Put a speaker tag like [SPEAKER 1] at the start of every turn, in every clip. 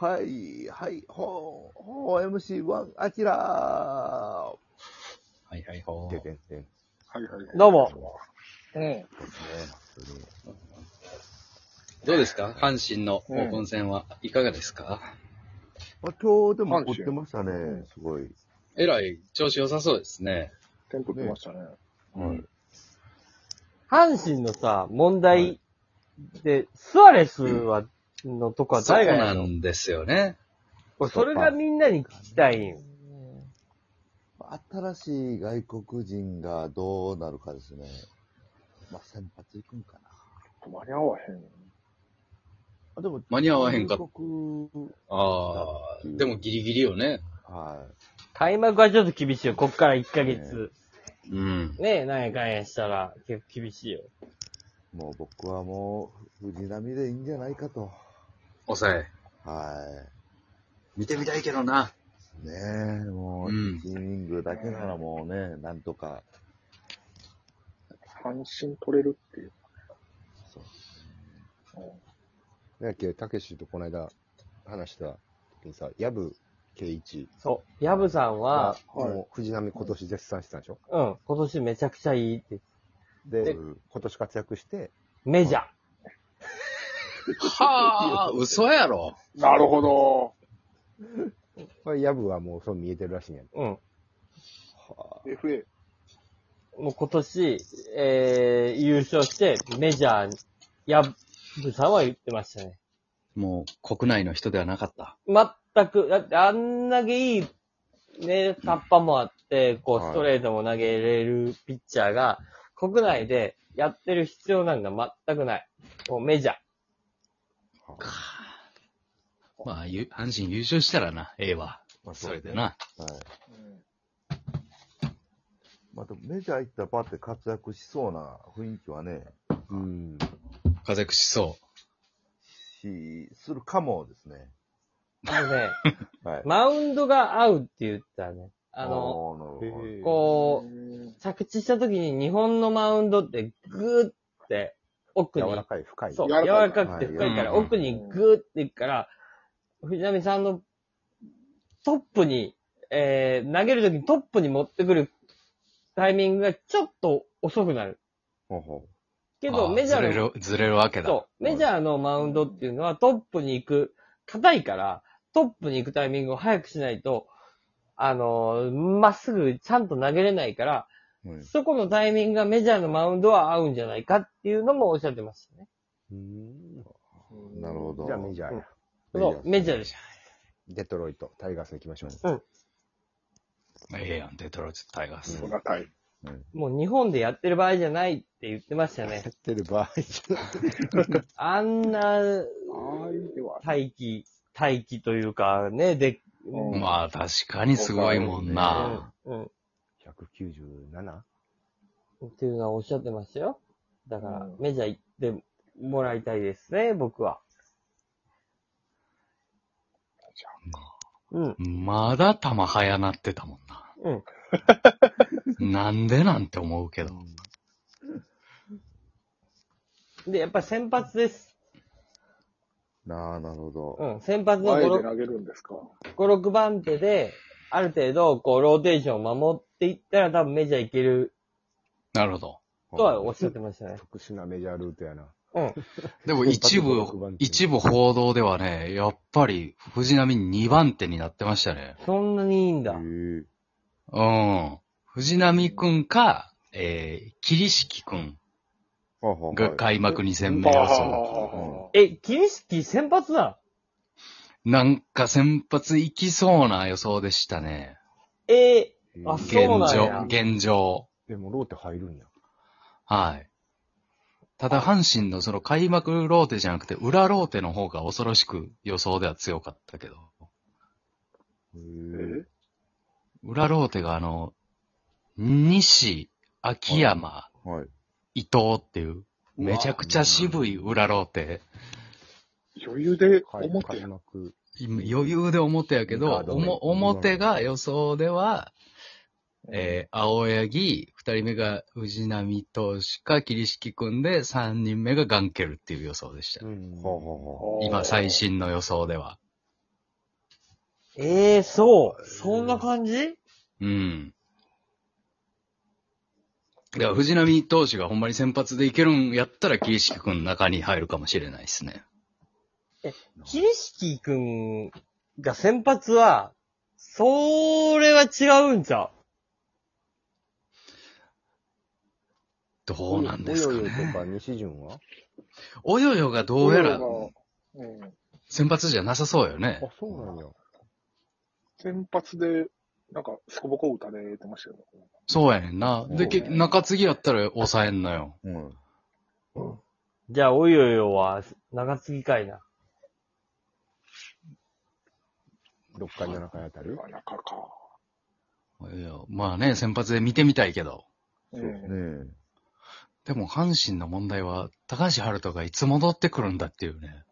[SPEAKER 1] はい、はい、ほー、ほー、MC1、アキラ
[SPEAKER 2] はいはいほ
[SPEAKER 1] ー。
[SPEAKER 2] ー。
[SPEAKER 1] ててんてん。
[SPEAKER 3] はいはい。
[SPEAKER 4] どうも。うん。
[SPEAKER 2] どうですか阪神のオープン戦はいかがですか、
[SPEAKER 1] あ、今日でも怒ってましたね、すごい。
[SPEAKER 2] えらい調子良さそうですね。
[SPEAKER 3] テンポってましたね。
[SPEAKER 1] はい。
[SPEAKER 4] 阪神のさ、問題で、スアレスは、のとこは
[SPEAKER 2] そう
[SPEAKER 4] 誰が
[SPEAKER 2] な
[SPEAKER 4] やる
[SPEAKER 2] んですよね。
[SPEAKER 4] のそれがみんなに聞きたいんよ。
[SPEAKER 1] 新しい外国人がどうなるかですね。まあ、先発行くんかな。
[SPEAKER 3] 間に合わへん。
[SPEAKER 1] あ、でも、
[SPEAKER 2] 間に合わへんか
[SPEAKER 1] 中国
[SPEAKER 2] ああ、でもギリギリよね。
[SPEAKER 1] は
[SPEAKER 4] 開幕はちょっと厳しいよ。こっから1ヶ月。
[SPEAKER 2] うん。
[SPEAKER 4] ねえ、なんやかんやしたら、結構厳しいよ。
[SPEAKER 1] い。もう僕はもう、藤波でいいんじゃないかと。
[SPEAKER 2] 抑え。
[SPEAKER 1] は
[SPEAKER 2] 見てみたいけどな。
[SPEAKER 1] い。ねえ、もう、
[SPEAKER 2] うん
[SPEAKER 1] 1イニングだけならもうね、なんとか。
[SPEAKER 3] 三振取れるっていう。
[SPEAKER 1] そう
[SPEAKER 5] ね、けたけしとこの間話した時にさ、矢部圭一
[SPEAKER 4] そう。ヤブさ
[SPEAKER 5] が
[SPEAKER 4] んは、、
[SPEAKER 3] はい
[SPEAKER 5] もう藤波今年絶賛してたんでしょ、
[SPEAKER 4] うん、今年めちゃくちゃいいって。
[SPEAKER 5] で
[SPEAKER 4] で、
[SPEAKER 5] 今年活躍して、
[SPEAKER 4] メジャー。
[SPEAKER 2] はあ、嘘やろ。
[SPEAKER 3] なるほど。
[SPEAKER 5] まあ、矢部はもうそう見えてるらしいんや、ね。
[SPEAKER 4] うん。
[SPEAKER 3] FA。
[SPEAKER 4] もう今年、えー、優勝して、メジャーに、ヤブさんは言ってましたね。
[SPEAKER 2] もう国内の人ではなかった。
[SPEAKER 4] 全く、だってあんだけいい、ね、タッパもあって、こう、
[SPEAKER 5] はい
[SPEAKER 4] ストレートも投げれるピッチャーが、国内でやってる必要なんか全くない。もうメジャー。
[SPEAKER 2] まあ、ゆ阪神優勝したらな、ええわ。
[SPEAKER 1] まあ
[SPEAKER 2] それで
[SPEAKER 1] ね。
[SPEAKER 2] な。
[SPEAKER 1] はい。
[SPEAKER 3] うん
[SPEAKER 1] またメジャー行ったらバッて活躍しそうな雰囲気はね、
[SPEAKER 5] うん。
[SPEAKER 2] 活躍しそ
[SPEAKER 1] し、するかもですね。
[SPEAKER 4] あの ね、
[SPEAKER 1] はい。
[SPEAKER 4] マウンドが合うって言ったね。あの、
[SPEAKER 1] おー、なるほど
[SPEAKER 5] へー
[SPEAKER 4] こう、
[SPEAKER 3] う
[SPEAKER 4] 着地した時に日本のマウンドってグーって奥に
[SPEAKER 5] 柔らかい、深い。
[SPEAKER 4] そう、
[SPEAKER 3] 柔
[SPEAKER 4] 柔
[SPEAKER 3] ら
[SPEAKER 4] ら
[SPEAKER 3] かい
[SPEAKER 4] かくて深いから、
[SPEAKER 2] はい
[SPEAKER 4] 奥にグーっていくから、藤波さんのトップに、えー、投げるときにトップに持ってくるタイミングがちょっと遅くなる。
[SPEAKER 1] ほうほ
[SPEAKER 2] う。
[SPEAKER 4] けど、
[SPEAKER 2] ああ
[SPEAKER 4] メジャ
[SPEAKER 2] ずれ
[SPEAKER 4] ーの、
[SPEAKER 2] る、ずれるわけだ。
[SPEAKER 4] そう、メジャーのマウンドっていうのはトップに行く、硬いから、トップに行くタイミングを早くしないと、あのーまっすぐちゃんと投げれないから、
[SPEAKER 1] ううん
[SPEAKER 4] そこのタイミングがメジャーのマウンドは合うんじゃないかっていうのもおっしゃってましたね。
[SPEAKER 5] うん。
[SPEAKER 3] ん
[SPEAKER 1] なるほど。
[SPEAKER 5] じゃあメジャーや。
[SPEAKER 4] そう、メジャーでし
[SPEAKER 5] デトロイト、タイガース行きましょう。
[SPEAKER 2] ええやん、デトロイトタイガース
[SPEAKER 3] そ。ら大
[SPEAKER 4] もう日本でやってる場合じゃないって言ってましたね
[SPEAKER 5] や。ってる場合じゃない。
[SPEAKER 4] あんな
[SPEAKER 3] 変では。
[SPEAKER 4] 待機、待機というかね、で、
[SPEAKER 3] うん
[SPEAKER 2] まあ、確かにすごいもんな。
[SPEAKER 4] うん、
[SPEAKER 5] 197?
[SPEAKER 4] うん、っていうのはおっしゃってましたよ。だから
[SPEAKER 3] うん、
[SPEAKER 4] メジャー行ってもらいたいですね、僕は。うん、
[SPEAKER 2] まだ玉早なってたもんな。
[SPEAKER 4] う ん。
[SPEAKER 2] なんでなんて思うけど。
[SPEAKER 4] で、やっぱり先発です。
[SPEAKER 1] なあ、なるほど。
[SPEAKER 4] うん、先発の
[SPEAKER 3] 前で投
[SPEAKER 4] 5、
[SPEAKER 3] げるんですか。
[SPEAKER 4] 6番手で、ある程度、こう、ローテーションを守っていったら多分メジャー行ける
[SPEAKER 2] なるほど。
[SPEAKER 4] とはおっしゃってましたね。
[SPEAKER 5] 特殊なメジャールートやな。
[SPEAKER 4] うん。
[SPEAKER 2] でも一部
[SPEAKER 5] 6番、手
[SPEAKER 2] 一部報道ではね、やっぱり藤波2番手になってましたね。
[SPEAKER 4] そんなにいいん
[SPEAKER 1] へ
[SPEAKER 4] だ。
[SPEAKER 1] え
[SPEAKER 2] うん。藤波くんか、えー、桐敷くん
[SPEAKER 1] はあはあ
[SPEAKER 2] が開幕2戦目
[SPEAKER 3] あ
[SPEAKER 2] 予想。
[SPEAKER 3] あ
[SPEAKER 4] え、桐敷先発だ。
[SPEAKER 2] なんか先発行きそうな予想でしたね。
[SPEAKER 4] え
[SPEAKER 5] え
[SPEAKER 4] あ
[SPEAKER 2] 現
[SPEAKER 4] そうなんや
[SPEAKER 2] 状、現状。
[SPEAKER 5] でもローテ入るんや。
[SPEAKER 2] はい。ただ、阪神のその開幕ローテじゃなくて、裏ローテの方が恐ろしく予想では強かったけど、
[SPEAKER 1] へ
[SPEAKER 3] え
[SPEAKER 1] え
[SPEAKER 2] 裏ローテがあの、西、秋山、
[SPEAKER 1] はい。
[SPEAKER 2] 伊藤っていう、めちゃくちゃ渋い裏ローテ。
[SPEAKER 3] 余裕で
[SPEAKER 5] 開
[SPEAKER 3] 思って
[SPEAKER 5] 開幕。
[SPEAKER 2] 今余裕で表やけど、
[SPEAKER 5] うん
[SPEAKER 2] おも表が予想では、えー、青柳、二人目が藤波投手か桐敷くんで、三人目がガンケルっていう予想でした。
[SPEAKER 5] ん
[SPEAKER 1] はあはあは
[SPEAKER 2] 今最。新の予想では。
[SPEAKER 4] ええそう。そんな感じ
[SPEAKER 2] うん。いや、藤波投手がほんまに先発でいけるんやったら、桐敷君の中に入るかもしれないですね。
[SPEAKER 4] キリシキ君が先発は、それは違うんじゃう。
[SPEAKER 2] どうなんですか
[SPEAKER 5] およよとか
[SPEAKER 2] ね。
[SPEAKER 5] 西潤は
[SPEAKER 2] およよがどうやら
[SPEAKER 3] うん
[SPEAKER 2] 先発じゃなさそうよね
[SPEAKER 5] あ。、そうなんや。
[SPEAKER 3] 先発で、なんか、すこぼこ打たれてましたよね。
[SPEAKER 2] そうやねんな。で、け中継ぎやったら抑えんのよ。
[SPEAKER 1] うん。
[SPEAKER 4] じゃあ、おいおいおは、長継ぎかいな。
[SPEAKER 5] 6回、7回あたる
[SPEAKER 3] あ、中か。
[SPEAKER 2] およよまあね、先発で見てみたいけど。
[SPEAKER 3] え
[SPEAKER 1] そうです
[SPEAKER 3] え
[SPEAKER 1] ね。
[SPEAKER 2] でも、阪神の問題は、高橋春人がいつ戻ってくるんだっていうね。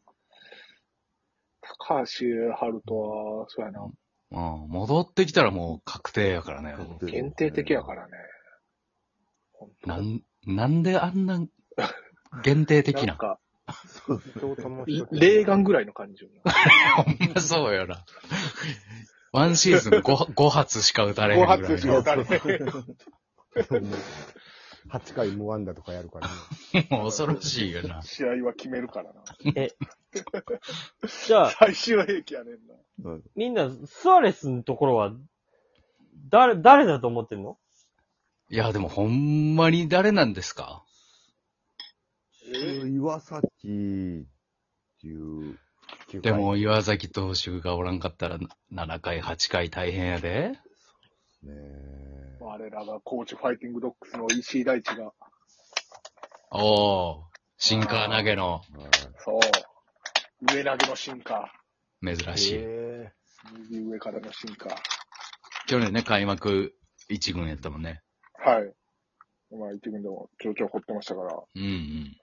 [SPEAKER 3] 高橋春人は、そうやな、
[SPEAKER 2] うん、戻ってきたらもう確定やからね。
[SPEAKER 3] 限定的やからね。本当
[SPEAKER 2] なん、なんであんな、限定的
[SPEAKER 3] なん
[SPEAKER 2] な。
[SPEAKER 3] か、
[SPEAKER 5] 伊藤智
[SPEAKER 3] い
[SPEAKER 5] 弘
[SPEAKER 3] 霊眼ぐらいの感じよな。
[SPEAKER 2] ほんまそうやな。ワンシーズン 5, 5発しか打たれへん
[SPEAKER 3] 後
[SPEAKER 2] ぐらい
[SPEAKER 3] 発し
[SPEAKER 2] の。
[SPEAKER 3] よう誰ね。
[SPEAKER 5] 8回無安打とかやるからね。
[SPEAKER 2] もう恐ろしいよな。
[SPEAKER 3] 試合は決めるからな。
[SPEAKER 4] じゃあ、
[SPEAKER 3] 最終兵器やねんな。
[SPEAKER 1] うん
[SPEAKER 4] みんな、スアレスのところは、誰、誰だと思ってんの
[SPEAKER 2] いや、でもほんまに誰なんですか
[SPEAKER 1] 岩崎っていう、
[SPEAKER 5] 9回
[SPEAKER 2] で、も岩崎投手がおらんかったら7回、8回大変やで。
[SPEAKER 1] ねえ
[SPEAKER 3] 我らがコーチファイティングドッグスの石井大地が、
[SPEAKER 2] おおシンカー投げの
[SPEAKER 1] はい
[SPEAKER 3] そう、上投げの進化、
[SPEAKER 2] 珍しい。
[SPEAKER 5] へ
[SPEAKER 3] 右上からの進化。
[SPEAKER 2] 去年ね、開幕1軍やったもんね。
[SPEAKER 3] はい。まあ、言ってみても、ちょいちょい掘ってましたから、
[SPEAKER 2] うんうん。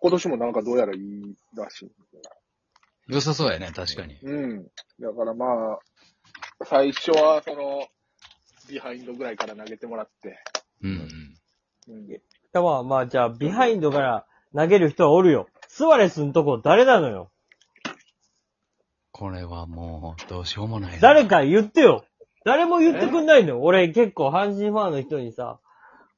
[SPEAKER 3] 今年もなんかどうやらいいらしい。
[SPEAKER 2] 良さそうやね、確かに。
[SPEAKER 3] うん。だからまあ、最初は、その、ビハインドぐらいから投げてもらって、
[SPEAKER 2] うんうん。
[SPEAKER 3] うん、
[SPEAKER 4] だからまあ、まあ、じゃあ、ビハインドから投げる人はおるよ。スアレスのとこ誰なのよ。
[SPEAKER 2] これはもう、どうしようもないな。
[SPEAKER 4] 誰か言ってよ。誰も言ってくんないのよ。俺結構阪神ファンの人にさ、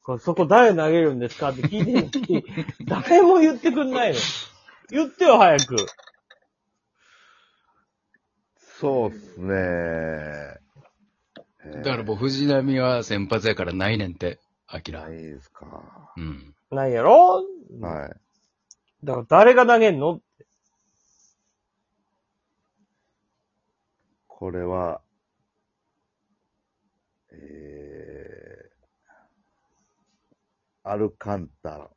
[SPEAKER 4] こうそこ誰投げるんですかって聞いてるの に、誰も言ってくんないの。言ってよ、早く。
[SPEAKER 1] そうっすね。えー
[SPEAKER 2] だからもう藤波は先発やからないねんて、アキラ
[SPEAKER 1] ない。ですか。
[SPEAKER 2] うん。
[SPEAKER 4] ないやろ
[SPEAKER 1] はい。
[SPEAKER 4] だから誰が投げんの
[SPEAKER 1] これは、えー、アルカンタラ。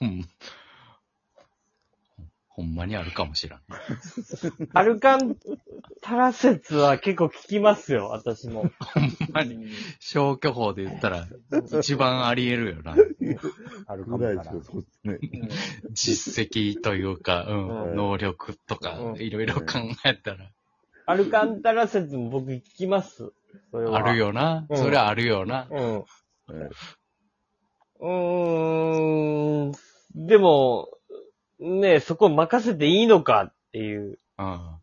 [SPEAKER 2] ほんほんまにあるかもしらん。
[SPEAKER 4] アルカンタラ説は結構聞きますよ、私も。
[SPEAKER 2] ほんまに、消去法で言ったら、 一番あり得るよな。
[SPEAKER 5] ーあるかも
[SPEAKER 1] ぐらい
[SPEAKER 5] か
[SPEAKER 1] し
[SPEAKER 5] ら
[SPEAKER 1] か。そうですね。
[SPEAKER 2] 実績というか、うん、
[SPEAKER 1] うん
[SPEAKER 2] 能力とか、
[SPEAKER 4] うん
[SPEAKER 2] いろいろ考えたら、
[SPEAKER 4] アルカンタラ説も僕聞きます。それは
[SPEAKER 2] ある。よな。
[SPEAKER 4] うん
[SPEAKER 2] それあるよな。
[SPEAKER 4] うん。
[SPEAKER 1] え
[SPEAKER 4] うーん。でも、ねえそこ任せていいのかっていう。
[SPEAKER 2] うん。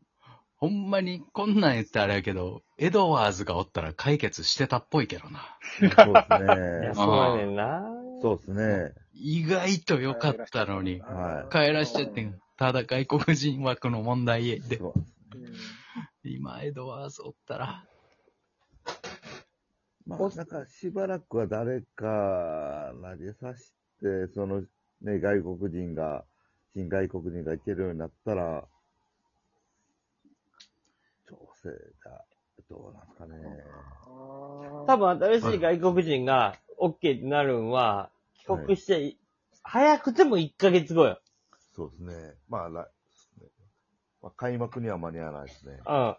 [SPEAKER 2] ほんまに、こんなん言ったらあれやけど、エドワーズがおったら解決してたっぽいけどな。
[SPEAKER 1] ー
[SPEAKER 4] いや、
[SPEAKER 1] そうですね。
[SPEAKER 4] そうやねんな。
[SPEAKER 1] そうですね。
[SPEAKER 2] 意外と良かったのに。
[SPEAKER 1] はい
[SPEAKER 2] 帰らしちゃってん。ただ外国人枠の問題で、
[SPEAKER 1] そう
[SPEAKER 3] うん
[SPEAKER 2] 今エドワーズおったら、
[SPEAKER 1] ま
[SPEAKER 4] お
[SPEAKER 1] あ、なんかしばらくは誰か投げさして、その、ね、外国人が、新外国人が行けるようになったら、調整だ。どうなんですかね。
[SPEAKER 4] 多分新しい外国人が OK ってなるんは、帰国して、早くても1ヶ月後よ。
[SPEAKER 1] そうですね。まあ、らまあ、開幕には間に合わないですね。
[SPEAKER 4] うん。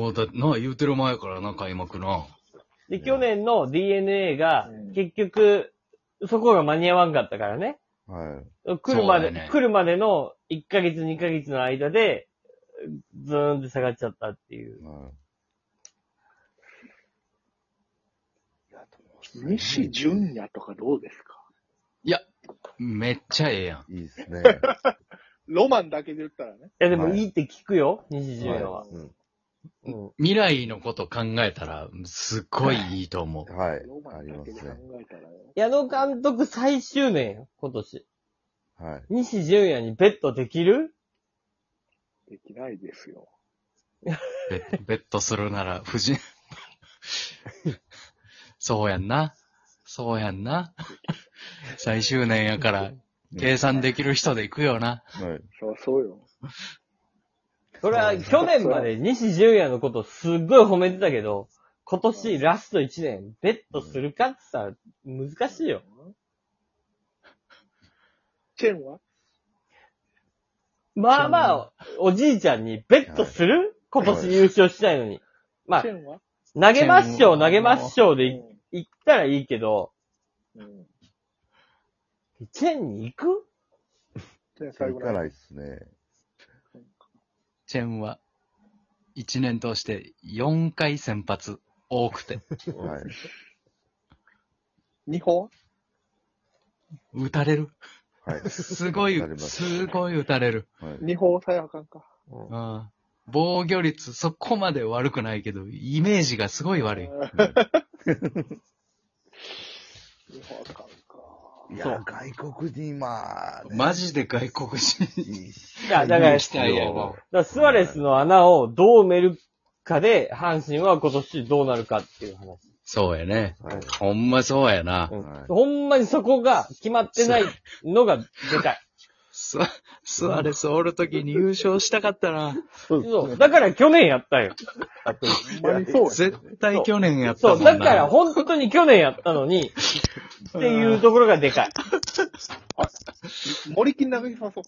[SPEAKER 2] もうだ、な、言うてる前からな、開幕な。
[SPEAKER 4] で、
[SPEAKER 1] ね
[SPEAKER 4] 去年の DNA が
[SPEAKER 3] う、ん
[SPEAKER 4] 結局、そこが間に合わんかったからね。
[SPEAKER 1] はい。
[SPEAKER 4] 来るまで、
[SPEAKER 2] そうだよね
[SPEAKER 4] 来るまでの1ヶ月2ヶ月の間で、ずーんって下がっちゃったっていう。
[SPEAKER 1] はい
[SPEAKER 3] 西純也とかどうですか
[SPEAKER 2] いや、めっちゃええやん。
[SPEAKER 1] いいっすね。
[SPEAKER 3] ロマンだけで言ったらね。
[SPEAKER 4] や、でも
[SPEAKER 5] はい
[SPEAKER 4] いいって聞くよ、西純也は
[SPEAKER 5] は。いうん
[SPEAKER 4] うん
[SPEAKER 2] 未来のこと考えたら、すっごいいいと思う。
[SPEAKER 5] はい。
[SPEAKER 3] ロマ
[SPEAKER 5] あ
[SPEAKER 3] ン
[SPEAKER 5] り
[SPEAKER 3] だ
[SPEAKER 5] ま
[SPEAKER 3] けです考
[SPEAKER 5] ね。
[SPEAKER 3] えたらよ。
[SPEAKER 4] 矢野監督最終年よ、今年。
[SPEAKER 5] はい。
[SPEAKER 4] 西純也にベットできる
[SPEAKER 3] できないですよ。
[SPEAKER 2] ベベッドするなら、藤井。 そうやんな。そうやんな。最終年やから、計算できる人で行くよな。
[SPEAKER 5] はい。
[SPEAKER 3] そうそうよ。
[SPEAKER 4] それは去年まで西純也のことすっごい褒めてたけど、今年ラスト1年、ベットするかって言ったら難しいよ。
[SPEAKER 3] チェンは
[SPEAKER 4] まあまあ、おじいちゃんにベットする今年優勝したいのに。まあ
[SPEAKER 3] チ、ェンは
[SPEAKER 4] 投げまっしょう、投げまっしょう
[SPEAKER 3] う
[SPEAKER 4] でいいったらいいけど、
[SPEAKER 3] んうん
[SPEAKER 4] チェンに行く
[SPEAKER 3] チェン最
[SPEAKER 5] 行
[SPEAKER 3] 後
[SPEAKER 5] か
[SPEAKER 3] の
[SPEAKER 5] ないっすね。
[SPEAKER 2] チェンは、1年通して4回先発多くて、
[SPEAKER 5] はい。
[SPEAKER 3] 日本
[SPEAKER 2] 打たれる。
[SPEAKER 5] はい。
[SPEAKER 2] すごい
[SPEAKER 5] 打たれ、ます
[SPEAKER 2] すごい打たれる。
[SPEAKER 5] はい
[SPEAKER 3] 日本さえあかんか。
[SPEAKER 2] うん。防御率そこまで悪くないけど、イメージがすごい悪い。
[SPEAKER 3] 日本あかんか。
[SPEAKER 5] い
[SPEAKER 4] そ
[SPEAKER 5] や
[SPEAKER 4] う、
[SPEAKER 5] 外国人、まあね、
[SPEAKER 2] マジで外国人
[SPEAKER 5] いい
[SPEAKER 4] いや、だから、
[SPEAKER 2] にしたいやろ。
[SPEAKER 4] だからスアレスの穴をどう埋めるかで、阪神は今年どうなるかっていう話。
[SPEAKER 2] そうやね。
[SPEAKER 5] はい。
[SPEAKER 2] ほんまそうやな。
[SPEAKER 4] うん
[SPEAKER 5] はい
[SPEAKER 4] ほんまにそこが決まってないのがでかい。
[SPEAKER 2] ススアレスおるときに優勝したかったな。
[SPEAKER 5] そう
[SPEAKER 4] そう。だから去年やったんよ。
[SPEAKER 5] あと、
[SPEAKER 3] ほんまにそうや。
[SPEAKER 2] 絶対去年やった
[SPEAKER 4] そ
[SPEAKER 2] もん
[SPEAKER 4] う。
[SPEAKER 2] な。
[SPEAKER 4] だから本当に去年やったのに、っていうところがでかい。
[SPEAKER 3] 森木長久そう。